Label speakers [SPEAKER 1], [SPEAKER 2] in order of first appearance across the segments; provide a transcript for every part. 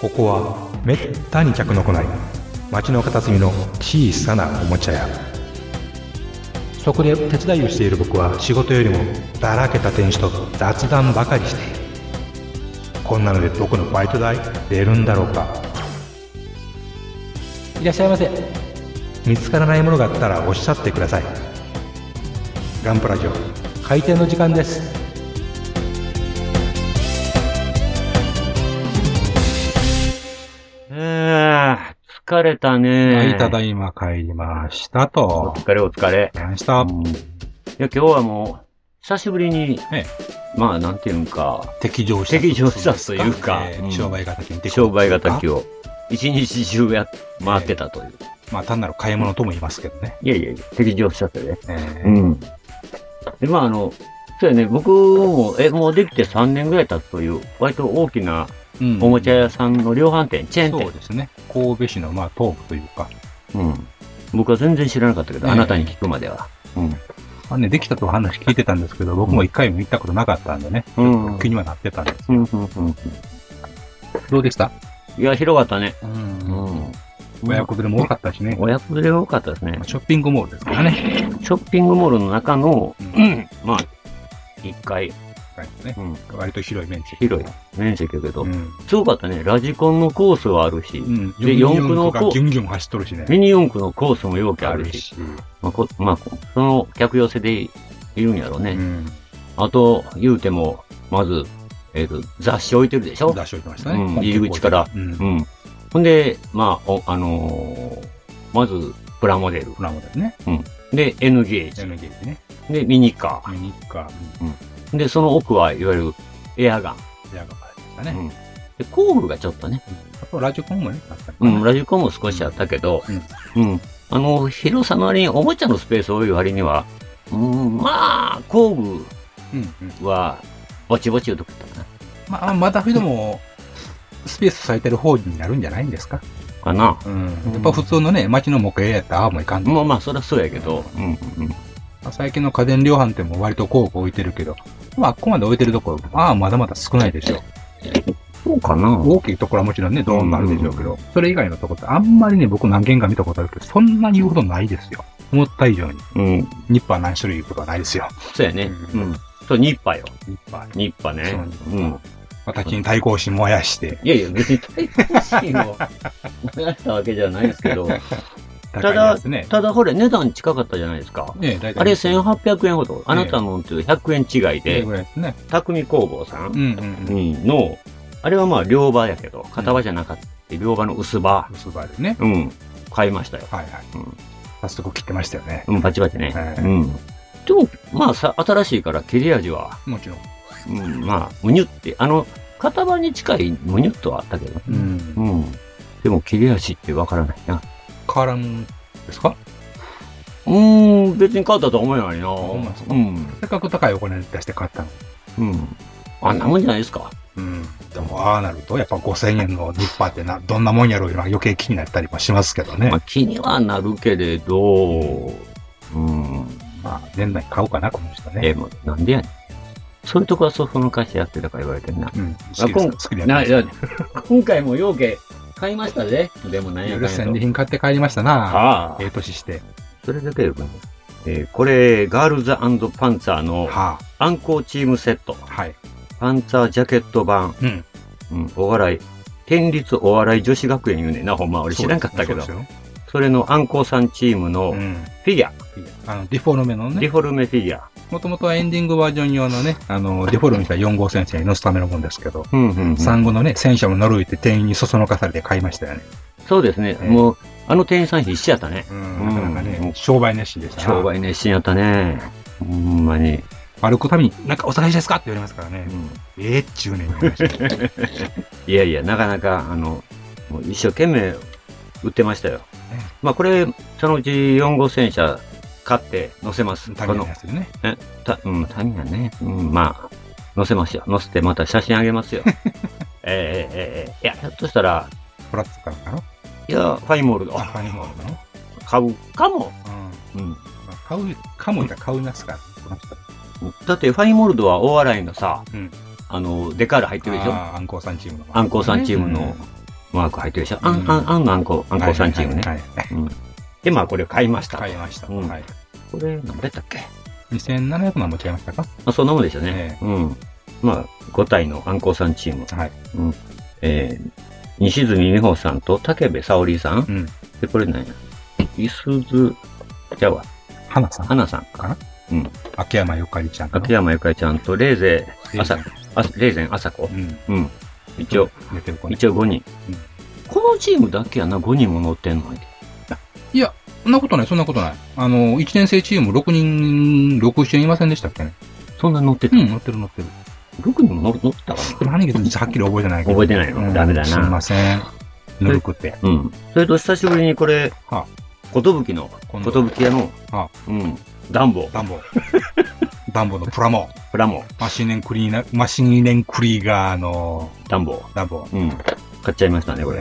[SPEAKER 1] ここはめったに客の来ない町の片隅の小さなおもちゃ屋そこで手伝いをしている僕は仕事よりもだらけた店主と雑談ばかりしているこんなので僕のバイト代出るんだろうか
[SPEAKER 2] いらっしゃいませ
[SPEAKER 1] 見つからないものがあったらおっしゃってくださいガンプラジオ
[SPEAKER 2] 開店の時間です
[SPEAKER 3] えー、疲れたね。
[SPEAKER 1] はい、ただいま帰りました
[SPEAKER 3] お
[SPEAKER 1] と。
[SPEAKER 3] 疲れお疲れ。
[SPEAKER 1] ました。
[SPEAKER 3] うんいや、今日はもう、久しぶりに、
[SPEAKER 1] え
[SPEAKER 3] まあ、なんていうんか、
[SPEAKER 1] 適上した。
[SPEAKER 3] 適上したというか
[SPEAKER 1] えー
[SPEAKER 3] うん
[SPEAKER 1] 商売型に適上
[SPEAKER 3] 商売
[SPEAKER 1] した
[SPEAKER 3] 敵を、一日中や、回ってたという。
[SPEAKER 1] まあ単なる買い物とも言いますけどね。
[SPEAKER 3] いやいやいや、適上したとね。
[SPEAKER 1] えー
[SPEAKER 3] うん。で、まあ、あの、そうやね、僕も、え、もうできて3年ぐらい経つという、割と大きな
[SPEAKER 1] うん
[SPEAKER 3] おもちゃ屋さんの量販店、チェーン
[SPEAKER 1] そう
[SPEAKER 3] 店。
[SPEAKER 1] ですね。神戸市のまあ東部というか、
[SPEAKER 3] うん。僕は全然知らなかったけど、
[SPEAKER 1] ええ
[SPEAKER 3] あなたに聞くまでは。
[SPEAKER 1] まあね、できたと話聞いてたんですけど、僕も一回も行ったことなかったんでね、
[SPEAKER 3] うん。うん、
[SPEAKER 1] 気にはなってたんです。
[SPEAKER 3] うん、うん。
[SPEAKER 1] どうでした
[SPEAKER 3] いや、広かったね。
[SPEAKER 1] う。
[SPEAKER 3] うんん。
[SPEAKER 1] 親子連れも多かったしね。
[SPEAKER 3] 親子連れが多かったですね
[SPEAKER 1] まあ。ショッピングモールですからね。
[SPEAKER 3] ショッピングモールの中の、
[SPEAKER 1] うん。
[SPEAKER 3] まあ、1階、
[SPEAKER 1] ね
[SPEAKER 3] うん
[SPEAKER 1] 割と広い面積。
[SPEAKER 3] 広い面積やけど、
[SPEAKER 1] うん。
[SPEAKER 3] すごかったね。ラジコンのコースはあるし、
[SPEAKER 1] うん。
[SPEAKER 3] で四駆の
[SPEAKER 1] がギュンギュン走っとるしね。
[SPEAKER 3] ミニ四駆のコースも容器あるし、まあこまあ、こその客寄せでいるんやろうね。
[SPEAKER 1] うん。
[SPEAKER 3] あと、言うても、まず、えっ、と、雑誌置いてるでしょ
[SPEAKER 1] 出しておきましたね。
[SPEAKER 3] うん
[SPEAKER 1] 本結構
[SPEAKER 3] 入り口から
[SPEAKER 1] うん。
[SPEAKER 3] うん。ほんで、まあ、おあのーまず、プラモデル。
[SPEAKER 1] プラモデルね。
[SPEAKER 3] で、N ゲー
[SPEAKER 1] N ゲ
[SPEAKER 3] ジ。
[SPEAKER 1] ージね。
[SPEAKER 3] で、ミニカ
[SPEAKER 1] ミニカー、
[SPEAKER 3] ー。で、その奥はいわゆるエアガン。
[SPEAKER 1] うん、ヤガバでしたね。
[SPEAKER 3] うんで、工具がちょっとね、
[SPEAKER 1] あとラジコンもね、あったりとか
[SPEAKER 3] う
[SPEAKER 1] ね
[SPEAKER 3] ん、ラジコンも少しあったけど、うん。あの、広さの割に、おもちゃのスペース多い割には、うん、まあ、工具
[SPEAKER 1] うんうん。
[SPEAKER 3] は、ぼちぼち言うとくったかな。
[SPEAKER 1] まあ、またフィドも、スペースされてる方になるんじゃないんですか。
[SPEAKER 3] かな。
[SPEAKER 1] うん。やっぱ普通のね、街の模型やったら、ああもいかんと。
[SPEAKER 3] まあまあ、そりゃそうやけど、うん、うん。
[SPEAKER 1] まあ最近の家電量販店も割と工具置いてるけど、まあ、ここまで置いてるところ、まあ、まだまだ少ないでしょう。
[SPEAKER 3] そうかな。
[SPEAKER 1] 大きいところはもちろんね、ドーンがあるでしょうけど、それ以外のところってあんまりね、僕何軒か見たことあるけど、そんなに言うことないですよ。思った以上に。
[SPEAKER 3] うん。
[SPEAKER 1] ニッパー何種類言うことはないですよ。
[SPEAKER 3] そうやね。
[SPEAKER 1] う
[SPEAKER 3] うんん。そう、ニッパよ。
[SPEAKER 1] ニッパー。
[SPEAKER 3] ニッパね。
[SPEAKER 1] そう
[SPEAKER 3] うん。
[SPEAKER 1] 私に対抗心燃やして、
[SPEAKER 3] いやいや、別に対抗心を 燃やしたわけじゃないですけど、
[SPEAKER 1] 高いやつね。
[SPEAKER 3] ただこれ値段近かったじゃないですか。
[SPEAKER 1] ね大体。
[SPEAKER 3] あれ1800円ほど。あなたのんっていう100円違い
[SPEAKER 1] それ
[SPEAKER 3] で、
[SPEAKER 1] ぐらいですね。
[SPEAKER 3] 匠工房さ
[SPEAKER 1] うんんうんうん。
[SPEAKER 3] の、あれはまあ、両刃やけど、片刃じゃなかった。両刃の薄刃。
[SPEAKER 1] 薄葉でね。
[SPEAKER 3] うん。買いましたよ。
[SPEAKER 1] はいはい
[SPEAKER 3] うん。
[SPEAKER 1] 早速切ってましたよね。
[SPEAKER 3] うん、バチバチね。
[SPEAKER 1] はい
[SPEAKER 3] うん。でも、まあさ、新しいから切れ味は、
[SPEAKER 1] もちろん。
[SPEAKER 3] うん、まあ、むにゅって、あの、片刃に近いむにゅっとはあったけど。
[SPEAKER 1] うん。
[SPEAKER 3] うん。でも、切れ味ってわからないな。
[SPEAKER 1] 変わらんですか
[SPEAKER 3] うーん、別に買ったとは思えないな。
[SPEAKER 1] ほんまですか
[SPEAKER 3] うん。
[SPEAKER 1] せっかく高いお金出して買ったの。
[SPEAKER 3] うん。あんなもんじゃないですか。
[SPEAKER 1] うん。でも、ああなると、やっぱ5000円のニッパーってな、どんなもんやろういうのは余計気になったりもしますけどね
[SPEAKER 3] まあ、。気にはなるけれど、うん。
[SPEAKER 1] まあ、年内買おうかな、この人
[SPEAKER 3] え
[SPEAKER 1] ね。
[SPEAKER 3] ー、もうなんでやねん。そういうとこは祖父昔やってたから言われてんな。
[SPEAKER 1] うん。好きですか好きでやってま
[SPEAKER 3] な、
[SPEAKER 1] す
[SPEAKER 3] いや、今回もようけ買いましたぜ。でもなんや
[SPEAKER 1] 許
[SPEAKER 3] か
[SPEAKER 1] せ
[SPEAKER 3] ん
[SPEAKER 1] 戦利
[SPEAKER 3] やと。
[SPEAKER 1] 品買って帰りましたな。
[SPEAKER 3] あ
[SPEAKER 1] え
[SPEAKER 3] あ、
[SPEAKER 1] え年して。
[SPEAKER 3] それだけでもいい。えーこれ、ガールズパンツァーの
[SPEAKER 1] は
[SPEAKER 3] アンコーチームセット。
[SPEAKER 1] あ。はい。
[SPEAKER 3] パンツァージャケット版。
[SPEAKER 1] うん。
[SPEAKER 3] うん、お笑い。県立お笑い女子学園言うねんな、ほんま。俺知らんかったけど。
[SPEAKER 1] そ
[SPEAKER 3] そう
[SPEAKER 1] ですよ
[SPEAKER 3] れのアンコーさんチームの
[SPEAKER 1] うん。
[SPEAKER 3] フィギュア。
[SPEAKER 1] あの、ディフォルメの
[SPEAKER 3] リ
[SPEAKER 1] ね、
[SPEAKER 3] フォルメフィギュア。
[SPEAKER 1] もともとはエンディングバージョン用のね、あの、ディフォルメした4号戦車に乗すためのもんですけど、
[SPEAKER 3] うんうん、
[SPEAKER 1] 産後のね、戦車も呪いって店員にそそのかされて買いましたよね。
[SPEAKER 3] そうですね。
[SPEAKER 1] ええ
[SPEAKER 3] もう、あの店員さん必死やったね。
[SPEAKER 1] うん、なかなか
[SPEAKER 3] う
[SPEAKER 1] ね
[SPEAKER 3] ん、
[SPEAKER 1] 商売熱心でしたな。
[SPEAKER 3] 商売熱心やったね。ほんまに。
[SPEAKER 1] 歩くたびに、なんかお探しですかって言われますからね。ええっちゅうねん言いま したね
[SPEAKER 3] いやいや、なかなか、あの、もう一生懸命売ってましたよ
[SPEAKER 1] ええ。
[SPEAKER 3] まあこれ、そのうち4号戦車買って乗せます。
[SPEAKER 1] タミヤ
[SPEAKER 3] こ
[SPEAKER 1] の
[SPEAKER 3] の
[SPEAKER 1] やつでね。
[SPEAKER 3] たうん、タミヤね。うん、まあ、乗せますよ。乗せてまた写真あげま すよ。ええええええいや、ひょっとしたら、
[SPEAKER 1] フラッツ買うかない
[SPEAKER 3] や、ファインモールド
[SPEAKER 1] あ、他にもあるの
[SPEAKER 3] 買うかも。
[SPEAKER 1] うん。
[SPEAKER 3] うん。
[SPEAKER 1] まあ買う、かもじゃ買うなすから、この人。
[SPEAKER 3] だって、ファインモールドは大洗のさ、
[SPEAKER 1] うん
[SPEAKER 3] あの、デカール入ってるでしょ
[SPEAKER 1] あーアンコウさんチームの。
[SPEAKER 3] アンコウさんチームのマーク入ってるでしょ。あん、あん、あんのあんこ、あんこさんチームね。
[SPEAKER 1] はいはいはい
[SPEAKER 3] うん。で、まあこれを買いました。
[SPEAKER 1] 買いました。
[SPEAKER 3] うん
[SPEAKER 1] はい。
[SPEAKER 3] これ、何だったっけ
[SPEAKER 1] 2700万も違いましたか
[SPEAKER 3] まあそんなもんですよね。うん。まあ、5体のあんこさんチーム。
[SPEAKER 1] はい。
[SPEAKER 3] えー、西住美穂さんと竹部沙織さん。
[SPEAKER 1] うん。
[SPEAKER 3] で、これ何やいすず、じゃあわ、
[SPEAKER 1] 花さん
[SPEAKER 3] 花さんか。
[SPEAKER 1] 秋山ゆかりちゃんの
[SPEAKER 3] 秋山ゆかりちゃんと、レーゼ、あさ、あレーゼン、あさこ
[SPEAKER 1] う。ん。
[SPEAKER 3] うん。一応、
[SPEAKER 1] 出てる子ね。
[SPEAKER 3] 一応5人
[SPEAKER 1] うん。
[SPEAKER 3] このチームだけやな、5人も乗ってんのに。
[SPEAKER 1] そんなことない、そんなことない。あの、1年生チーム6人、6人いませんでしたっけね。
[SPEAKER 3] そんな乗って
[SPEAKER 1] う
[SPEAKER 3] た、
[SPEAKER 1] ん、乗ってる乗ってる。
[SPEAKER 3] ?6 人も乗乗ってたかな
[SPEAKER 1] 何がはっきり覚えてないけど。
[SPEAKER 3] 覚えてないの、
[SPEAKER 1] うん
[SPEAKER 3] ダメだ
[SPEAKER 1] すい
[SPEAKER 3] な。
[SPEAKER 1] ません。ぬるくて。
[SPEAKER 3] うん。それと久しぶりにこれ
[SPEAKER 1] は、
[SPEAKER 3] 寿の、
[SPEAKER 1] 今度
[SPEAKER 3] 寿屋の
[SPEAKER 1] は、
[SPEAKER 3] うん、ダンボ、
[SPEAKER 1] ダン ボ。ダンボのプラモ。
[SPEAKER 3] プラモ、
[SPEAKER 1] マシネンクリーナ、マシネンクリーガーの
[SPEAKER 3] ダンボ。
[SPEAKER 1] ダンボ。
[SPEAKER 3] うん。買っちゃいましたね、これ。い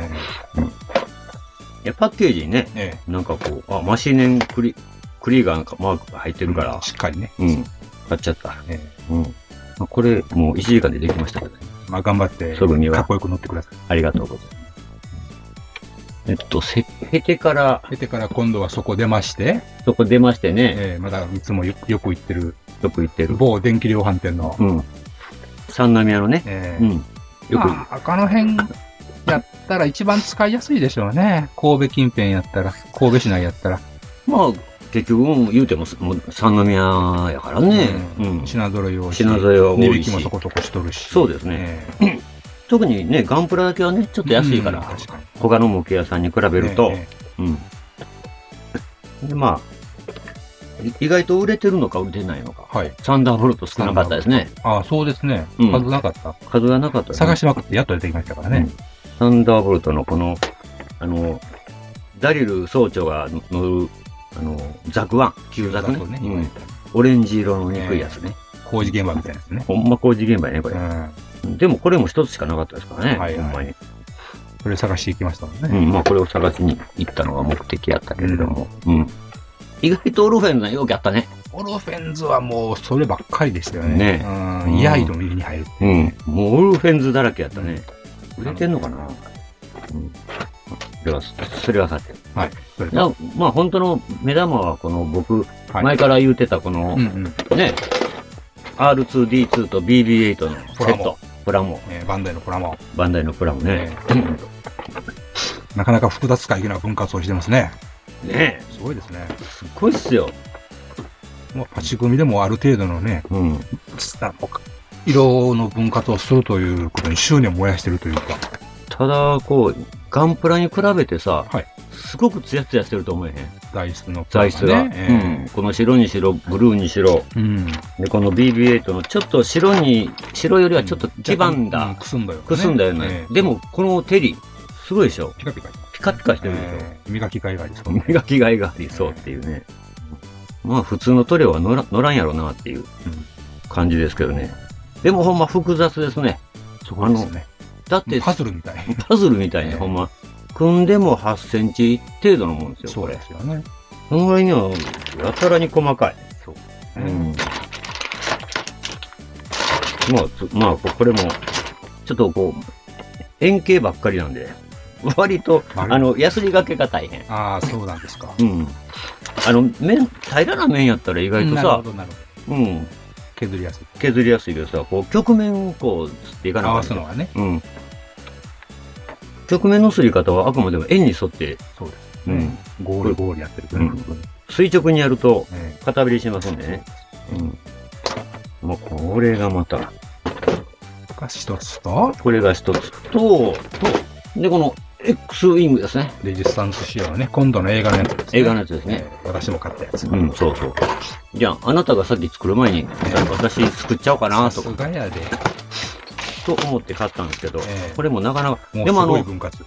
[SPEAKER 1] え
[SPEAKER 3] や、パッケージにね、
[SPEAKER 1] え
[SPEAKER 3] なんかこう、あ、マシネンクリ、クリーガーなんかマークが入ってるか
[SPEAKER 1] う
[SPEAKER 3] ら
[SPEAKER 1] ん、しっかりね。
[SPEAKER 3] うん、買っちゃった。
[SPEAKER 1] え
[SPEAKER 3] うん。まあこれ、もう1時間でできましたけどね。
[SPEAKER 1] まあ頑張って、
[SPEAKER 3] すぐには
[SPEAKER 1] かっこよく乗ってください。
[SPEAKER 3] ありがとうございます。えっと、せ、経てから、
[SPEAKER 1] 出てから今度はそこ出まして、
[SPEAKER 3] そこ出ましてね、
[SPEAKER 1] ええまだいつもよよく行ってる、
[SPEAKER 3] よく行ってる。
[SPEAKER 1] 某電気量販店の、
[SPEAKER 3] うん。三宮のね、
[SPEAKER 1] え
[SPEAKER 3] う
[SPEAKER 1] え
[SPEAKER 3] ん。よく、
[SPEAKER 1] まあ、この辺やったら一番使いやすいでしょうね。神戸近辺やったら、神戸市内やったら、
[SPEAKER 3] まあ、結局、もう言うても、もう三宮やからね。
[SPEAKER 1] う
[SPEAKER 3] うんん。
[SPEAKER 1] 品揃えをして、
[SPEAKER 3] 品揃えは多
[SPEAKER 1] 値
[SPEAKER 3] い
[SPEAKER 1] 引き
[SPEAKER 3] し
[SPEAKER 1] もそ。こそこしとるし。
[SPEAKER 3] そうですね。
[SPEAKER 1] ええ
[SPEAKER 3] 特にね、ガンプラだけはね、ちょっと安いから
[SPEAKER 1] うん、確かに。
[SPEAKER 3] 他の模型屋さんに比べると、
[SPEAKER 1] ええ
[SPEAKER 3] うん。で、まあ、い意外と売れてるのか売れてないのか。
[SPEAKER 1] はい。
[SPEAKER 3] サンダーボルト少なかったですね。
[SPEAKER 1] ああ、そうですね。
[SPEAKER 3] うん
[SPEAKER 1] 数なかった。
[SPEAKER 3] 数がなかったですね
[SPEAKER 1] 探しまくってやっと出てきましたからね。
[SPEAKER 3] サンダーボルトのこの、あの、ダリル総長が乗る、あの、ザクワン、旧ザクね
[SPEAKER 1] そうね。
[SPEAKER 3] うんオレンジ色の憎いやつね。
[SPEAKER 1] 工事現場みたいなやつね。
[SPEAKER 3] ほんま工事現場やね、こ
[SPEAKER 1] う
[SPEAKER 3] れ。
[SPEAKER 1] ん。
[SPEAKER 3] でもこれも一つしかなかったですからね、
[SPEAKER 1] はいはい
[SPEAKER 3] ほんまに。
[SPEAKER 1] それ探していきましたもんね。
[SPEAKER 3] うん、まあこれを探しに行ったのが目的やったけれども。うん。意外とオルフェンの容器あったね。
[SPEAKER 1] オルフェンズはもうそればっかりでしたよね。
[SPEAKER 3] ね
[SPEAKER 1] う
[SPEAKER 3] うん
[SPEAKER 1] ん。イヤイドも入りに入る。
[SPEAKER 3] うん。もうオルフェンズだらけやったね。売れてんのかなうん。それは、それはさて。
[SPEAKER 1] はい。それ
[SPEAKER 3] なまあ本当の目玉はこの僕、
[SPEAKER 1] はい
[SPEAKER 3] 前から言うてたこの
[SPEAKER 1] うん、うん。
[SPEAKER 3] ね、R2D2 と BB8 のセ
[SPEAKER 1] プラ
[SPEAKER 3] ッ
[SPEAKER 1] モ
[SPEAKER 3] ト。プラモ。
[SPEAKER 1] えーバンダイのコラボ。
[SPEAKER 3] バンダイのプラモね。
[SPEAKER 1] なかなか複雑化いけない分割をしてますね。
[SPEAKER 3] ねえ、
[SPEAKER 1] すごいですね。
[SPEAKER 3] すっごいっすよ。
[SPEAKER 1] もうパチ組でもある程度のね、
[SPEAKER 3] うん。
[SPEAKER 1] あの色の分割をするということに執念を燃やしてるというか。
[SPEAKER 3] ただ、こう、ガンプラに比べてさ、
[SPEAKER 1] はい
[SPEAKER 3] すごくツヤツヤしてると思えへん。
[SPEAKER 1] 材質の、
[SPEAKER 3] 材質が。
[SPEAKER 1] ね
[SPEAKER 3] うんこの白にしろ、ブルーにしろ、
[SPEAKER 1] えーうん。
[SPEAKER 3] で、この BB8 のちょっと白に、白よりはちょっと黄ばん
[SPEAKER 1] うん
[SPEAKER 3] だ、
[SPEAKER 1] くすんだよ、ね。
[SPEAKER 3] くすんだよね。
[SPEAKER 1] えー
[SPEAKER 3] でも、このテリー、すごいでしょ
[SPEAKER 1] ピカピカ。
[SPEAKER 3] ピカピカしてるでしょ、
[SPEAKER 1] えー磨きがいがありそうね。
[SPEAKER 3] 磨きがいがありそうっていうね。まあ普通の塗料は乗ら乗らんやろなっていう感じですけどね。でもほんま複雑ですね。
[SPEAKER 1] そこですね。
[SPEAKER 3] だって
[SPEAKER 1] パズルみたい。
[SPEAKER 3] パズルみたいに
[SPEAKER 1] ええ
[SPEAKER 3] ほんま、組んでも8センチ程度のもんですよ、
[SPEAKER 1] そ
[SPEAKER 3] こ
[SPEAKER 1] う
[SPEAKER 3] れ
[SPEAKER 1] で。すよね。
[SPEAKER 3] そのぐらいにはやたらに細かい。
[SPEAKER 1] そう。
[SPEAKER 3] うん。まあ、つまあ、ここれも、ちょっとこう、円形ばっかりなんで、割と、あ
[SPEAKER 1] 丸い
[SPEAKER 3] の、ヤスリがけが大変。
[SPEAKER 1] ああ、そうなんですか。
[SPEAKER 3] うん。あの、面、平らな面やったら意外と
[SPEAKER 1] なる
[SPEAKER 3] さ
[SPEAKER 1] ほ、ど、なるほど。
[SPEAKER 3] うん、
[SPEAKER 1] 削りやすい。
[SPEAKER 3] 削りやすいけどさ、こう、曲面をこう、すっていかな
[SPEAKER 1] 合
[SPEAKER 3] あ
[SPEAKER 1] わ
[SPEAKER 3] か
[SPEAKER 1] す
[SPEAKER 3] ん
[SPEAKER 1] の
[SPEAKER 3] ね
[SPEAKER 1] はね。
[SPEAKER 3] うん。曲面のすり方はあくまでも円に沿って、
[SPEAKER 1] そうで
[SPEAKER 3] うん、
[SPEAKER 1] ゴールゴールやってるから、
[SPEAKER 3] うん垂直にやると、
[SPEAKER 1] ええ
[SPEAKER 3] 片びりしますんでね。うん。もう、これがまた、
[SPEAKER 1] が一つと、
[SPEAKER 3] これが一つと、と、で、この X ウィングですね。
[SPEAKER 1] レジスタンス仕様ね。今度の映画のやつですね。
[SPEAKER 3] 映画のやつですね。
[SPEAKER 1] ええ私も買ったやつ。
[SPEAKER 3] うん、そうそう。じゃあ、あなたがさっき作る前に、私作っちゃおうかな
[SPEAKER 1] さ
[SPEAKER 3] と
[SPEAKER 1] す
[SPEAKER 3] か、
[SPEAKER 1] がやで。
[SPEAKER 3] と思って買ったんですけど
[SPEAKER 1] ええ、
[SPEAKER 3] これもなかなか、
[SPEAKER 1] もう
[SPEAKER 3] ですもあ
[SPEAKER 1] ごい
[SPEAKER 3] の、
[SPEAKER 1] 分割。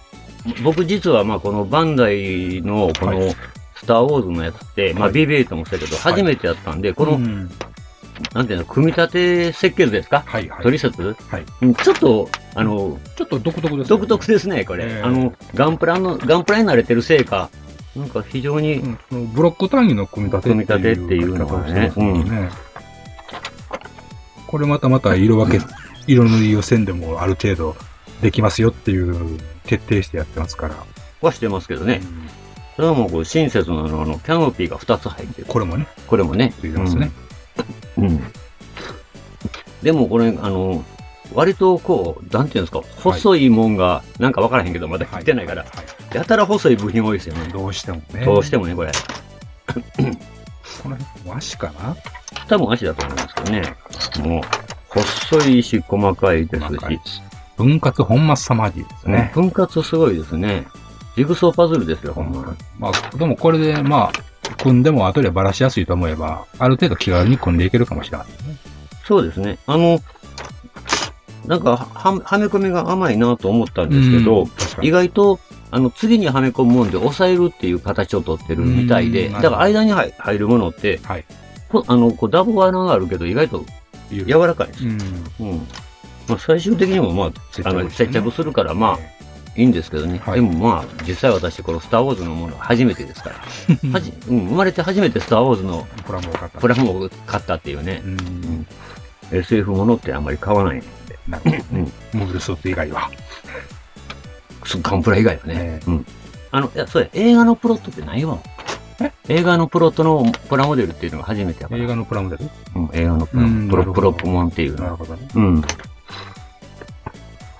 [SPEAKER 3] 僕実はまあこのバンダイのこ
[SPEAKER 1] は
[SPEAKER 3] の
[SPEAKER 1] い
[SPEAKER 3] スター・ウォーズのやつって、まあ
[SPEAKER 1] はい
[SPEAKER 3] BB8 もそうやけど、
[SPEAKER 1] はい
[SPEAKER 3] 初めてやったんで、この、
[SPEAKER 1] うん
[SPEAKER 3] なんていうの、組み立て設計図ですか
[SPEAKER 1] はいはい。
[SPEAKER 3] 取説
[SPEAKER 1] はい
[SPEAKER 3] うんちょっと、あの、
[SPEAKER 1] ちょっと独特ですよね。
[SPEAKER 3] 独特ですね、これ。
[SPEAKER 1] ええ
[SPEAKER 3] あの、ガンプラの、ガンプラに慣れてるせいか、なんか非常に
[SPEAKER 1] うんそのブロック単位の組み立て
[SPEAKER 3] 組み立てっていうのがね
[SPEAKER 1] 書き方をしてますねこれまたまた色分け、色塗りをせんでもある程度できますよっていう、徹底してやってますから。
[SPEAKER 3] はしてますけどね。それはもうこう、親切なのはあの、キャノピーが2つ入ってる。
[SPEAKER 1] これもね、
[SPEAKER 3] これもね。
[SPEAKER 1] ついてますね。
[SPEAKER 3] うん。うん。でもこれ、あの、割とこう、なんていうんですか、細いもんが、なんかわからへんけど、まだ来てないから、
[SPEAKER 1] は
[SPEAKER 3] やたら細い部品多いですよね。
[SPEAKER 1] どうしてもね。
[SPEAKER 3] どうしてもね、これ。
[SPEAKER 1] この辺、和紙かな
[SPEAKER 3] 多分足だと思うんですけどね。もう、細いし、細かいです
[SPEAKER 1] 細かい
[SPEAKER 3] し
[SPEAKER 1] で。分割本末サマディですね。
[SPEAKER 3] 分割すごいですね。ジグソーパズルですよ、ほんま。
[SPEAKER 1] まあ、でもこれで、まあ、組んでも後でばらしやすいと思えば、ある程度気軽に組んでいけるかもしれない。
[SPEAKER 3] そうですね。あの、なんかは、はめ込みが甘いなと思ったんですけど、
[SPEAKER 1] 確か
[SPEAKER 3] 意
[SPEAKER 1] に。
[SPEAKER 3] 外と、あの、次にはめ込むもんで抑えるっていう形をとってるみたいで、
[SPEAKER 1] うん
[SPEAKER 3] だから間に入入るものって、
[SPEAKER 1] はい
[SPEAKER 3] こあの、こうダブ穴があるけど、意外と
[SPEAKER 1] や
[SPEAKER 3] 柔らかいです。
[SPEAKER 1] うん。
[SPEAKER 3] うん。まあ、最終的にも、まあ、あの、接着するから、まあ、いいんですけどね。
[SPEAKER 1] はい
[SPEAKER 3] でもまあ、実際私、このスターウォーズのものは初めてで すから。はじうん、生まれて初めてスターウォーズの
[SPEAKER 1] あ、これはもう分かった。
[SPEAKER 3] プラモを買ったっていうね
[SPEAKER 1] う。ん。
[SPEAKER 3] SF ものってあんまり買わないんで。
[SPEAKER 1] なるほどね。モビルスーツ以外は。
[SPEAKER 3] そガンプラ以外はね。
[SPEAKER 1] ね
[SPEAKER 3] うん。あの、いや、そうや、映画のプロットってないわ。映画のプロットのプラモデルっていうのが初めてやから。
[SPEAKER 1] 映画のプラモデル
[SPEAKER 3] うん、映画のプ
[SPEAKER 1] うん
[SPEAKER 3] ロ
[SPEAKER 1] な
[SPEAKER 3] プ
[SPEAKER 1] る
[SPEAKER 3] ロ
[SPEAKER 1] ほ
[SPEAKER 3] プ
[SPEAKER 1] ど
[SPEAKER 3] ロップモンっていう
[SPEAKER 1] な
[SPEAKER 3] の
[SPEAKER 1] る
[SPEAKER 3] は。
[SPEAKER 1] ほどね。
[SPEAKER 3] うん。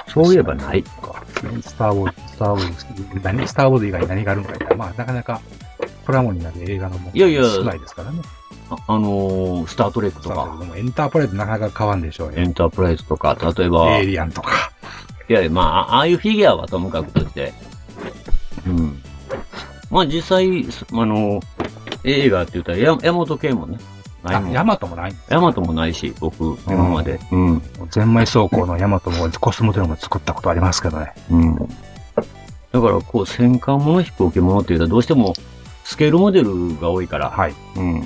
[SPEAKER 3] そういえばないか。
[SPEAKER 1] スター・ウォーズ、スター・ウォーズ、何スター・ウォーズ以外に何があるのかって、まあ、なかなか、プラモになる映画のもの
[SPEAKER 3] いやいや
[SPEAKER 1] 少ないですからね。
[SPEAKER 3] ああのースタートレックと
[SPEAKER 1] そうだけ
[SPEAKER 3] か、
[SPEAKER 1] どでもエンタープライズなかなか買わんでしょう
[SPEAKER 3] エ
[SPEAKER 1] よ。
[SPEAKER 3] ンタープライズとか、例えば、
[SPEAKER 1] エイリアンとか。
[SPEAKER 3] いやいや、まあ、あああいうフィギュアはともかくとして、うん。まあ実際、すあの、映画って言ったら、や山本圭もね、ない
[SPEAKER 1] あ、
[SPEAKER 3] もん
[SPEAKER 1] ヤマトもない
[SPEAKER 3] 山本もないし、僕、今まで。うん。
[SPEAKER 1] 全米走行のヤマトもコスモテロも作ったことありますけどね。
[SPEAKER 3] うん。だから、こう、戦艦もの、飛行機ものっていうと、どうしても、スケールモデルが多いから、
[SPEAKER 1] はい。
[SPEAKER 3] うん。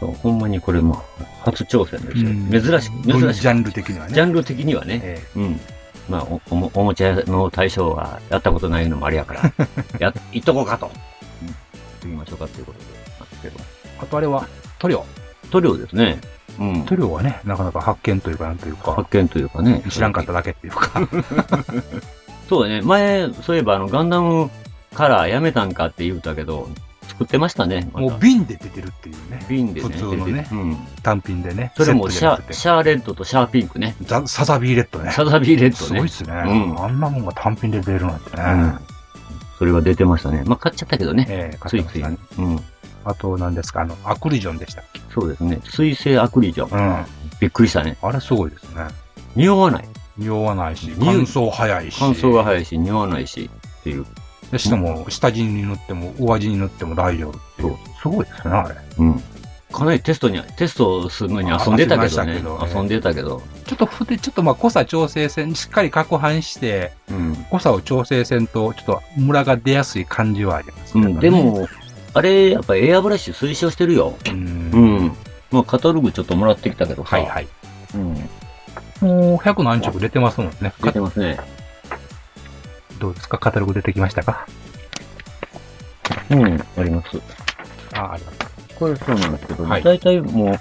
[SPEAKER 3] そうほんまにこれ、まあ、初挑戦ですよ。
[SPEAKER 1] うん
[SPEAKER 3] 珍しく、珍しく。
[SPEAKER 1] ジャンル的にはね。
[SPEAKER 3] ジャンル的にはね。
[SPEAKER 1] え
[SPEAKER 3] うん。まあ、おおもおもちゃ屋の大将はやったことないのもあれ やから、や、行っとこうかと。行きましょうかということで。なんですけど
[SPEAKER 1] えあとあれは、塗料。
[SPEAKER 3] 塗料ですね。うん。
[SPEAKER 1] 塗料はね、なかなか発見というか、なんというか、
[SPEAKER 3] 発見というかね。
[SPEAKER 1] 知らんかっただけっていうか。
[SPEAKER 3] そうだね。前、そういえばあの、ガンダムカラーやめたんかって言うたけど、作ってましたね。また
[SPEAKER 1] もう瓶で出てるっていうね。
[SPEAKER 3] 瓶でね。
[SPEAKER 1] 普通のね
[SPEAKER 3] 出てうん。
[SPEAKER 1] 単品でね。
[SPEAKER 3] それもシ
[SPEAKER 1] セッ
[SPEAKER 3] ャ
[SPEAKER 1] ト
[SPEAKER 3] ー、
[SPEAKER 1] で
[SPEAKER 3] シャーレッドとシャーピンクね。
[SPEAKER 1] 出てザサザビーレッドね。
[SPEAKER 3] サザビーレッ
[SPEAKER 1] す
[SPEAKER 3] ド
[SPEAKER 1] ごいっ
[SPEAKER 3] ね。
[SPEAKER 1] すね。
[SPEAKER 3] うん
[SPEAKER 1] あんなもんが単品で出るなんてね。
[SPEAKER 3] うん。それは出てましたね。まあ、買っちゃったけどね。
[SPEAKER 1] ええ
[SPEAKER 3] つ
[SPEAKER 1] 買って
[SPEAKER 3] い
[SPEAKER 1] ま
[SPEAKER 3] つ
[SPEAKER 1] し
[SPEAKER 3] い
[SPEAKER 1] たね
[SPEAKER 3] ね。うん。
[SPEAKER 1] あと、何ですか、あの、アクリジョンでしたっけ
[SPEAKER 3] そうですね。水性アクリジョ
[SPEAKER 1] う
[SPEAKER 3] ン。
[SPEAKER 1] ん。あ
[SPEAKER 3] びっくりしたね。
[SPEAKER 1] れすごいですね。
[SPEAKER 3] 匂わない。
[SPEAKER 1] 匂わないし、
[SPEAKER 3] 匂い
[SPEAKER 1] 乾燥早いし。
[SPEAKER 3] 乾燥が早いし、匂わないし、っていう。
[SPEAKER 1] で、しかも、下地に塗っても、上地に塗っても大丈夫っていう。すごいですね、あれ。
[SPEAKER 3] うん。かなりテストに、テストするのに遊んでた
[SPEAKER 1] 遊び
[SPEAKER 3] けどね
[SPEAKER 1] ました。けどね
[SPEAKER 3] 遊んでたけど。
[SPEAKER 1] ちょっと筆、ちょっとまあ、濃さ調整線、しっかり攪拌して、
[SPEAKER 3] うん。
[SPEAKER 1] 濃さを調整線と、ちょっとムラが出やすい感じはありますけど、ね
[SPEAKER 3] うん、で、も、あれ、やっぱエアブラシ推奨してるよ。
[SPEAKER 1] うん。
[SPEAKER 3] うん。まあ、カタログちょっともらってきたけどさ。
[SPEAKER 1] はいはい。
[SPEAKER 3] うん。
[SPEAKER 1] もう、100何色出てますもんね。
[SPEAKER 3] 出
[SPEAKER 1] か
[SPEAKER 3] てますね。
[SPEAKER 1] どうですかカタログ出てきましたか
[SPEAKER 3] うん、あります。
[SPEAKER 1] ああ、あります。
[SPEAKER 3] これそうなんですけど、
[SPEAKER 1] はい
[SPEAKER 3] 大体もう、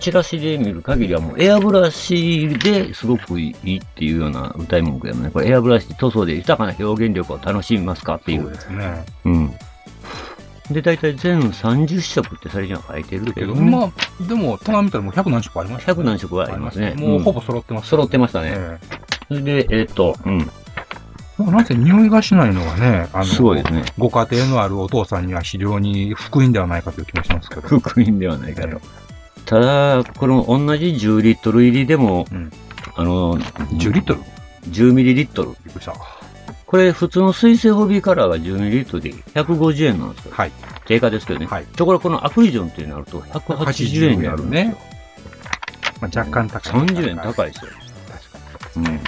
[SPEAKER 3] チラシで見る限りはもうエアブラシですごくいいっていうような歌い文句やもんね。これエアブラシ塗装で豊かな表現力を楽しみますかってい
[SPEAKER 1] そうう。ですね。
[SPEAKER 3] うん。で、大体全30色ってそれには書いてるけ
[SPEAKER 1] け
[SPEAKER 3] ど、
[SPEAKER 1] ど、
[SPEAKER 3] ね、
[SPEAKER 1] まあ、でも、棚見たらもう100何色ありました
[SPEAKER 3] 100何色はありますね。
[SPEAKER 1] もうほ
[SPEAKER 3] ぼ、
[SPEAKER 1] ぼ揃ってます、
[SPEAKER 3] 揃ってましたね。
[SPEAKER 1] え
[SPEAKER 3] それで、えっと、うん。
[SPEAKER 1] えなんせ匂いがしないのはね、あの、
[SPEAKER 3] すごいですね。
[SPEAKER 1] ご家庭のあるお父さんには非常に福音ではないかという気もしますけど。
[SPEAKER 3] 福音ではないかと。ただ、この同じ10リットル入りでも、
[SPEAKER 1] うん
[SPEAKER 3] あの、
[SPEAKER 1] 10リットル
[SPEAKER 3] 10ミリリットル。
[SPEAKER 1] びっくりした。
[SPEAKER 3] これ、普通の水性ホビーカラーが10ミリリットルで150円なんですよ。
[SPEAKER 1] はい。
[SPEAKER 3] 定価ですけどね。
[SPEAKER 1] はい
[SPEAKER 3] ところがこのアクリジョンっていうのになると180円になるんですよ。
[SPEAKER 1] ね。まあ、若干高い。
[SPEAKER 3] 30円高いですよ。
[SPEAKER 1] 確か
[SPEAKER 3] うん。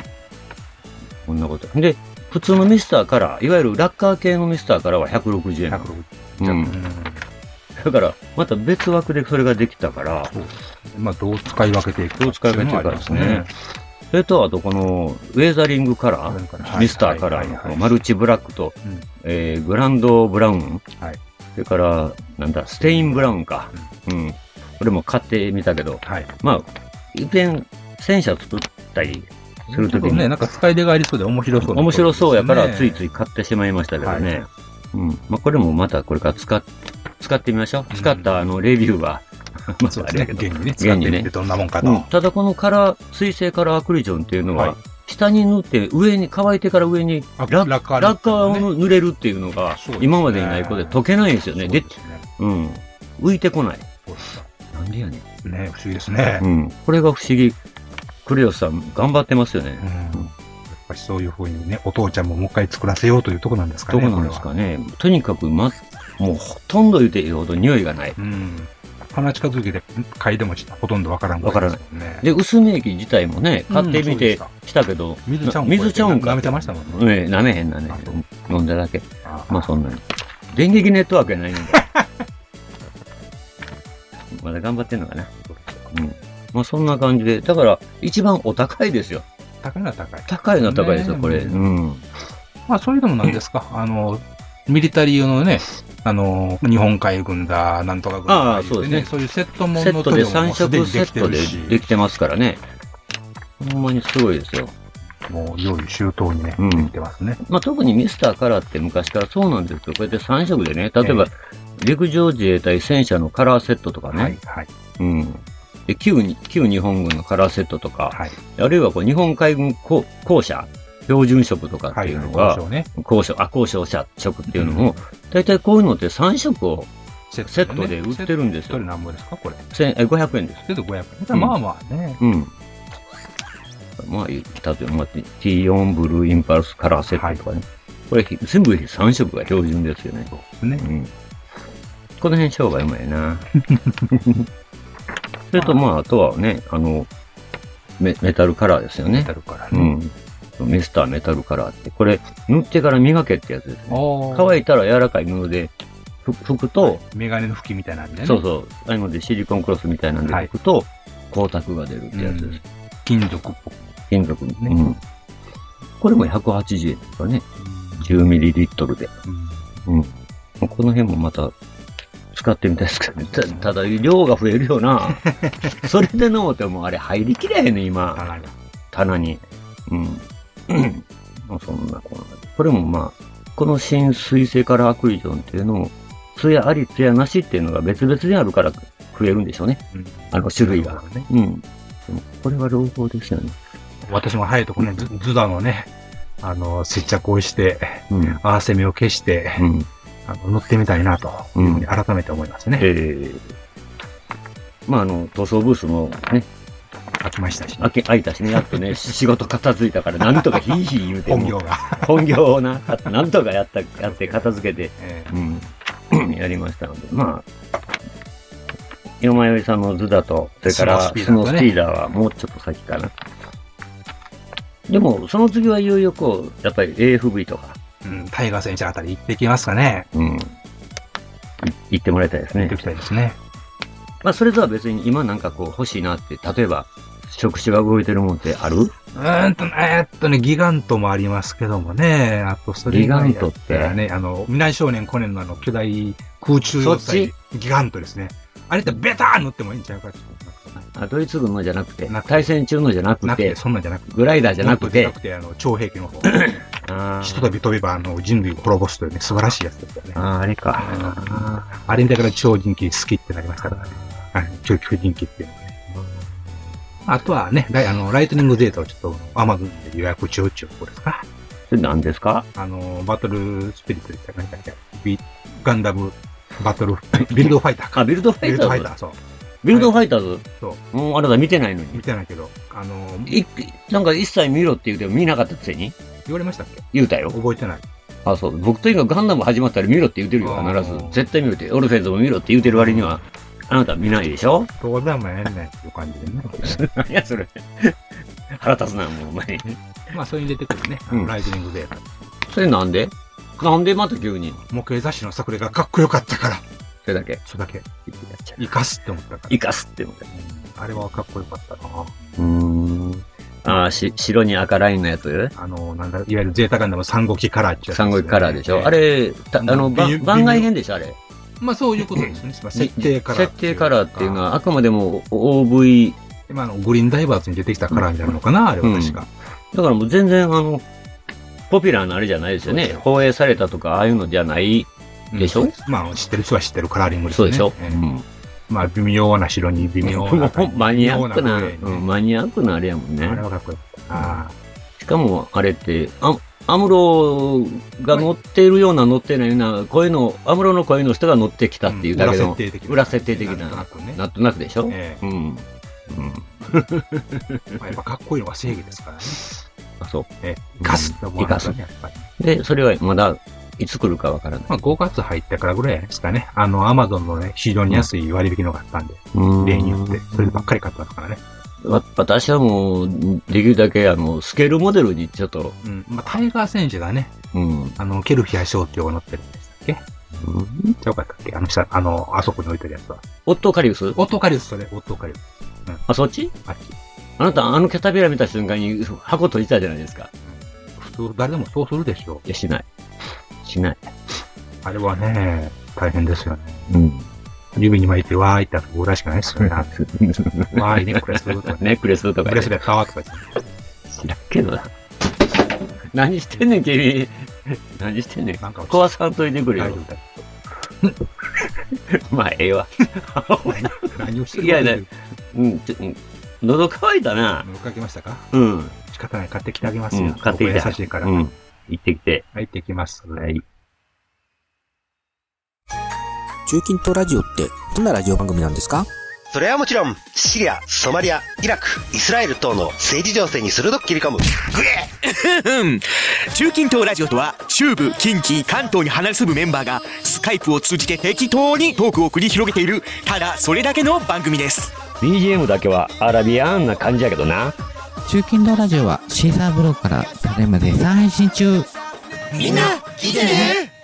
[SPEAKER 3] こんなこと。で、普通のミスターから、いわゆるラッカー系のミスターからは160
[SPEAKER 1] に。160
[SPEAKER 3] 円。う
[SPEAKER 1] 円。
[SPEAKER 3] ん。だから、また別枠でそれができたから、
[SPEAKER 1] うんまあ、どう使い分けていくか
[SPEAKER 3] どう使い分けていくかですね。それと、あとこの、ウェザリングカラー、
[SPEAKER 1] はい
[SPEAKER 3] ミスターカラーのこのマルチブラックと、
[SPEAKER 1] うん
[SPEAKER 3] えーグランドブラウン、
[SPEAKER 1] はい
[SPEAKER 3] それから、なんだ、ステインブラウンか。うん。これも買ってみたけど、
[SPEAKER 1] はい。
[SPEAKER 3] まあ、いっぺん戦車作ったり、するときに、
[SPEAKER 1] ね、なんか使い出がありそうで面白そうな、
[SPEAKER 3] 面白そうやから、ついつい買ってしまいましたけどね。うん。まあ、これもまたこれから使っ、使ってみましょう。
[SPEAKER 1] うん
[SPEAKER 3] 使ったあの、レビューは、 ま
[SPEAKER 1] そう
[SPEAKER 3] たあ
[SPEAKER 1] ですね。
[SPEAKER 3] れやけど。
[SPEAKER 1] 現にね、使ってみ
[SPEAKER 3] 現に
[SPEAKER 1] て
[SPEAKER 3] ね
[SPEAKER 1] どんなもんかと。
[SPEAKER 3] うん、ただこのカラー、水性カラーアクリジョンっていうのは、
[SPEAKER 1] はい
[SPEAKER 3] 下に塗って上に、乾いてから上に
[SPEAKER 1] あ
[SPEAKER 3] ラ
[SPEAKER 1] ラッカー
[SPEAKER 3] ラッカーを塗れるっていうのが
[SPEAKER 1] そうですね
[SPEAKER 3] 今までにないことで溶けないんですよね。
[SPEAKER 1] で
[SPEAKER 3] で、
[SPEAKER 1] すね。
[SPEAKER 3] うん。浮いてこない。
[SPEAKER 1] そうです
[SPEAKER 3] なんでやねん。
[SPEAKER 1] ね、不思議ですね。
[SPEAKER 3] うん。これが不思議。クレオさん、頑張ってますよね。
[SPEAKER 1] うんやっぱりそういうふうにね、お父ちゃんももう一回作らせようというとこなんですか
[SPEAKER 3] ど
[SPEAKER 1] ね。
[SPEAKER 3] こなんですかね。とにかく、ま、もうほとんど言うていいほど匂いがない。
[SPEAKER 1] これは。うん。鼻近づけて嗅いでもほとんどわからんいね。
[SPEAKER 3] で、薄め液自体もね、
[SPEAKER 1] うん
[SPEAKER 3] 買ってみて
[SPEAKER 1] そう
[SPEAKER 3] したけど、
[SPEAKER 1] 水ちゃうん
[SPEAKER 3] な水ちゃうん
[SPEAKER 1] 舐
[SPEAKER 3] か。
[SPEAKER 1] めてましたもんね。
[SPEAKER 3] ね、舐めへんなね。飲んだだけ。
[SPEAKER 1] あ
[SPEAKER 3] まあそんなに。電撃ネットワークやないねんだ まだ頑張ってんのかな。うん。まあそんな感じで、だから一番お高いですよ。
[SPEAKER 1] 高いな高い。
[SPEAKER 3] 高いのは高いですよ、
[SPEAKER 1] ねえ
[SPEAKER 3] これ。うん。
[SPEAKER 1] まあそういうのもなんです か。あの、ミリタリー用のね、あの、日本海軍だ、なんとか軍
[SPEAKER 3] あ
[SPEAKER 1] だ言
[SPEAKER 3] あ
[SPEAKER 1] って、
[SPEAKER 3] そうですね
[SPEAKER 1] そういうセットも
[SPEAKER 3] セ
[SPEAKER 1] の
[SPEAKER 3] ットで3
[SPEAKER 1] 塗料もすでに
[SPEAKER 3] 色セ
[SPEAKER 1] き
[SPEAKER 3] ッ
[SPEAKER 1] て
[SPEAKER 3] ト
[SPEAKER 1] る
[SPEAKER 3] で
[SPEAKER 1] し
[SPEAKER 3] できてますからね。ほんまにすごいですよ。
[SPEAKER 1] もう用意周到にね、
[SPEAKER 3] うん
[SPEAKER 1] できてますね。
[SPEAKER 3] まあ、特にミスターカラーって昔からそうなんですよ。こうやって3色でね、例えば、陸上自衛隊戦車のカラーセットとかね、
[SPEAKER 1] はい、はい、
[SPEAKER 3] うん。で旧に、旧日本軍のカラーセットとか、
[SPEAKER 1] はい。
[SPEAKER 3] あるいはこう日本海軍校校舎、標準色とかっていうのが、
[SPEAKER 1] 交渉ね、
[SPEAKER 3] 校舎、あ、校舎者色っていうのも、大体こういうのって3色を
[SPEAKER 1] セ
[SPEAKER 3] セットで売ってるんです
[SPEAKER 1] 一人
[SPEAKER 3] よ。
[SPEAKER 1] 何本ですかこれ。
[SPEAKER 3] 千え500円です。
[SPEAKER 1] セット500
[SPEAKER 3] うん
[SPEAKER 1] 円。まあまあね。
[SPEAKER 3] うん。まあ、例えば、まあ、T4 ブルーインパルスカラーセットとかね。これ、全部3色が標準ですよね。
[SPEAKER 1] ね
[SPEAKER 3] うん。この辺商売うまい な。それと、まあ、あとはね、あの、メメタルカラーですよ
[SPEAKER 1] メ
[SPEAKER 3] ね
[SPEAKER 1] タ。ルから
[SPEAKER 3] う
[SPEAKER 1] ね。
[SPEAKER 3] ん。ミスターメタルカラーって。これ、塗ってから磨けってやつですね。
[SPEAKER 1] ああ。
[SPEAKER 3] 乾いたら柔らかい布でふ拭くと、
[SPEAKER 1] メガネの拭きみたいなんでね。
[SPEAKER 3] そうそう、あれのでシリコンクロスみたいなんで
[SPEAKER 1] は
[SPEAKER 3] 拭
[SPEAKER 1] い
[SPEAKER 3] くと、光沢が出るってやつです。
[SPEAKER 1] うん金属っぽく。
[SPEAKER 3] 金属ね。
[SPEAKER 1] ね
[SPEAKER 3] うん。これも180円とかね。10ml で。
[SPEAKER 1] うん
[SPEAKER 3] この辺もまた使ってみたいですけどね。たただ、量が増えるよ な。それでのうてもうあれ入りきれへんね、
[SPEAKER 1] あ
[SPEAKER 3] 今。
[SPEAKER 1] らら
[SPEAKER 3] 棚に。うん。まあそんなこんなで。これもまあ、この新水性カラーアクリジョンっていうのも、艶あり艶なしっていうのが別々にあるから増えるんでしょうね。
[SPEAKER 1] うん
[SPEAKER 3] あの種類が。
[SPEAKER 1] ね
[SPEAKER 3] うん。でもこれは朗報ですよね。
[SPEAKER 1] 私も早いとこね、ズズダのね、あの、接着をして、
[SPEAKER 3] うん。
[SPEAKER 1] 合わせ目を消して、
[SPEAKER 3] うん。
[SPEAKER 1] あの乗ってみたいなと、いうふうに改めて思いますね。
[SPEAKER 3] ええまあ、あの、塗装ブースもね、
[SPEAKER 1] 飽きましたし、ね
[SPEAKER 3] 開、け、開いたしね、や っとね、仕事片付いたから、なんとかヒーヒー言うても
[SPEAKER 1] 本業が。
[SPEAKER 3] 本業をな、なんとかやった、やって片付けて、
[SPEAKER 1] ええ
[SPEAKER 3] うん、 やりましたので、まあ、よまよいさんの図だと、それから、
[SPEAKER 1] ス
[SPEAKER 3] そ
[SPEAKER 1] ノ
[SPEAKER 3] の
[SPEAKER 1] ースピーダーとね
[SPEAKER 3] スピーダーはもうちょっと先かな。でも、その次はいよいよこう、やっぱり AFV とか、
[SPEAKER 1] うん、タイガー選手あたり行ってきますかね。
[SPEAKER 3] うん、い行ってもらいたいですね
[SPEAKER 1] 行って。きたいですね。
[SPEAKER 3] まあ、それとは別に今なんかこう欲しいなって、例えば、職種が動いてるもんってある
[SPEAKER 1] うーんとね、えーっとね、ギガントもありますけどもね、あとそれ以外だったらね、あの、未来少年コネンのあの、巨大空中要塞、ギガントですね。あれってベターン塗ってもいいんちゃうかちょっと
[SPEAKER 3] あドイツ軍のじゃなくて
[SPEAKER 1] なく、て
[SPEAKER 3] 対戦中のじゃなく
[SPEAKER 1] なく
[SPEAKER 3] て
[SPEAKER 1] て、、そんなんじゃなくて。
[SPEAKER 3] グライダーじゃなく
[SPEAKER 1] じゃ
[SPEAKER 3] て
[SPEAKER 1] な、くて、あの、超兵器の方。
[SPEAKER 3] あ
[SPEAKER 1] ひ
[SPEAKER 3] ー
[SPEAKER 1] とたび飛べば、あの、人類を滅ぼすというね、素晴らしいやつですよね。
[SPEAKER 3] あー、あれか。
[SPEAKER 1] あーあれ見たから超人気好きってなりますからね。はい、究極人気っていうのはね。あとはね、ライあのライトニングデータをちょっと Amazon で予約中っていうところですか。
[SPEAKER 3] それ何ですか
[SPEAKER 1] あの、バトルスピリットでしたかね、ビガンダムバトル、 ビルドファイターか。
[SPEAKER 3] あ、ビルドフ
[SPEAKER 1] ビ
[SPEAKER 3] ァイ
[SPEAKER 1] ル
[SPEAKER 3] タ
[SPEAKER 1] ドファイ
[SPEAKER 3] ー
[SPEAKER 1] タ
[SPEAKER 3] ズ
[SPEAKER 1] ー、そう。
[SPEAKER 3] ビルドファイターズ
[SPEAKER 1] そ
[SPEAKER 3] もうあなた見てないの
[SPEAKER 1] 見
[SPEAKER 3] に。
[SPEAKER 1] てないけど、あの、
[SPEAKER 3] いなんか一切見ろって言うても見なかったくせに
[SPEAKER 1] 言われましたっけ
[SPEAKER 3] 言うたよ。
[SPEAKER 1] 覚えてない。
[SPEAKER 3] あ、そう。僕というかガンダム始まったら見ろって言うてるよ、
[SPEAKER 1] あー
[SPEAKER 3] 必ず。絶対見ろって。オルフェンズも見ろって言うてる割には、あなたは見ないでしょ
[SPEAKER 1] どうでもええねんっていう感じでね。
[SPEAKER 3] 何やそれ。腹立つな、もうお前。
[SPEAKER 1] まあ、それに出てくるね、あ
[SPEAKER 3] うん
[SPEAKER 1] のライトニングデータ。
[SPEAKER 3] それなんでなんでまた急に
[SPEAKER 1] 模型雑誌の作例がかっこよかったから、
[SPEAKER 3] それだけ。
[SPEAKER 1] それだけ生かすって思ったから。
[SPEAKER 3] 生かすって思っ
[SPEAKER 1] あれはかっこよかったな。
[SPEAKER 3] うーん。ああ、し、白に赤ラインのやつ
[SPEAKER 1] あの、なんだ、いわゆるゼータガンダム三号機カラーってやつ、
[SPEAKER 3] 三国カラーでしょ、あ
[SPEAKER 1] れ
[SPEAKER 3] れ、たあの、ば
[SPEAKER 1] 微妙
[SPEAKER 3] 番外編でしょあれ。
[SPEAKER 1] まあそういうことですね。まあ設定カラー。
[SPEAKER 3] 設定カラーっていうの、は、あくまでも OV、
[SPEAKER 1] 今のグリーンダイバーズに出てきたカラーになるのかな、あれは確か。
[SPEAKER 3] だからもう全然、あの、ポピュラーなあれじゃないですよ
[SPEAKER 1] そうで
[SPEAKER 3] ね
[SPEAKER 1] すよ。
[SPEAKER 3] 放映されたとか、ああいうのじゃない。
[SPEAKER 1] うん
[SPEAKER 3] でしょ
[SPEAKER 1] そうすまあ、知ってる人は知ってるカラーリングです
[SPEAKER 3] そ
[SPEAKER 1] よね。
[SPEAKER 3] うでしょ。
[SPEAKER 1] え
[SPEAKER 3] う
[SPEAKER 1] え
[SPEAKER 3] ん。
[SPEAKER 1] まあ、微妙な白に微妙 な赤に。
[SPEAKER 3] マニアックな、
[SPEAKER 1] 微妙な
[SPEAKER 3] うんマニアックなあれやもん
[SPEAKER 1] あ
[SPEAKER 3] ね
[SPEAKER 1] れ。はかっこよかったな。
[SPEAKER 3] しかも、あれって、あアムロが乗ってるような乗ってないような、声の、アムロの声の人が乗ってきたっていうだけ
[SPEAKER 1] 裏
[SPEAKER 3] の
[SPEAKER 1] 設、定的な。
[SPEAKER 3] 裏設定的なん
[SPEAKER 1] となくね。
[SPEAKER 3] なんとなくでしょ
[SPEAKER 1] え
[SPEAKER 3] うん。うん。
[SPEAKER 1] えまあやっぱかっこいいのは正義ですからね。
[SPEAKER 3] あ、そう。
[SPEAKER 1] ええガスって思わないとね、やっぱり。
[SPEAKER 3] で、それはまだ、いつ来るかわからない。
[SPEAKER 1] まあ、5月入ってからぐらいですかね。あの、アマゾンのね、非常に安い割引のがあったんで、例によって、そればっかり買ったのからね。
[SPEAKER 3] わ私はもう、できるだけ、あの、スケールモデルにちょっと、
[SPEAKER 1] うん。まあ、タイガー選手がね、
[SPEAKER 3] うん。
[SPEAKER 1] あの、ケルフィア将って呼ば乗ってるんですっけ
[SPEAKER 3] うん
[SPEAKER 1] ちゃうかったっけあの下、あの、あそこに置いてるやつは。
[SPEAKER 3] オットーカリウス
[SPEAKER 1] オットーカリウス、それ、オットーカリウス。
[SPEAKER 3] あ、そっち
[SPEAKER 1] あっち。
[SPEAKER 3] あなた、あのキャタピラ見た瞬間に箱閉じたじゃないですか。
[SPEAKER 1] 普通、誰でもそうするでしょ
[SPEAKER 3] いや、しない。しない。
[SPEAKER 1] う。あれはね、大変ですよね。
[SPEAKER 3] うん。
[SPEAKER 1] 指に巻いて、わーいって遊ぶぐらいしかないですよね。わーいね、これ するとかね。
[SPEAKER 3] ネックレスとか
[SPEAKER 1] ブ
[SPEAKER 3] ね
[SPEAKER 1] レスレットとか言って
[SPEAKER 3] 知らんけどな。何してんねん、君。何してんねん。
[SPEAKER 1] なんか落ち
[SPEAKER 3] 壊さんといてくれ
[SPEAKER 1] 大
[SPEAKER 3] よ
[SPEAKER 1] 丈。夫だよ。
[SPEAKER 3] まあ、ええわ。
[SPEAKER 1] 何をしてる
[SPEAKER 3] いやいやうん、ちょうん喉乾いたな。
[SPEAKER 1] 乗っかけましたか
[SPEAKER 3] うん。
[SPEAKER 1] 仕方ない。買ってきてあげますよ。
[SPEAKER 3] うん買ってきて
[SPEAKER 1] 僕優しいから。
[SPEAKER 3] う
[SPEAKER 1] はい
[SPEAKER 3] ん。行ってきて。
[SPEAKER 1] 入ってきます。
[SPEAKER 3] はい。
[SPEAKER 4] 中近東ラジオってどんなラジオ番組なんですか
[SPEAKER 5] それはもちろん、シリア、ソマリア、イラク、イスラエル等の政治情勢に鋭く切り込む。
[SPEAKER 6] うん中近東ラジオとは中部近畿関東に離れ住むメンバーがスカイプを通じて適当にトークを繰り広げているただそれだけの番組です
[SPEAKER 3] BGM だけはアラビアンな感じやけどな。
[SPEAKER 7] 中近東ラジオはシーサーブログからそれまで絶賛配信中
[SPEAKER 6] みんな聞いてね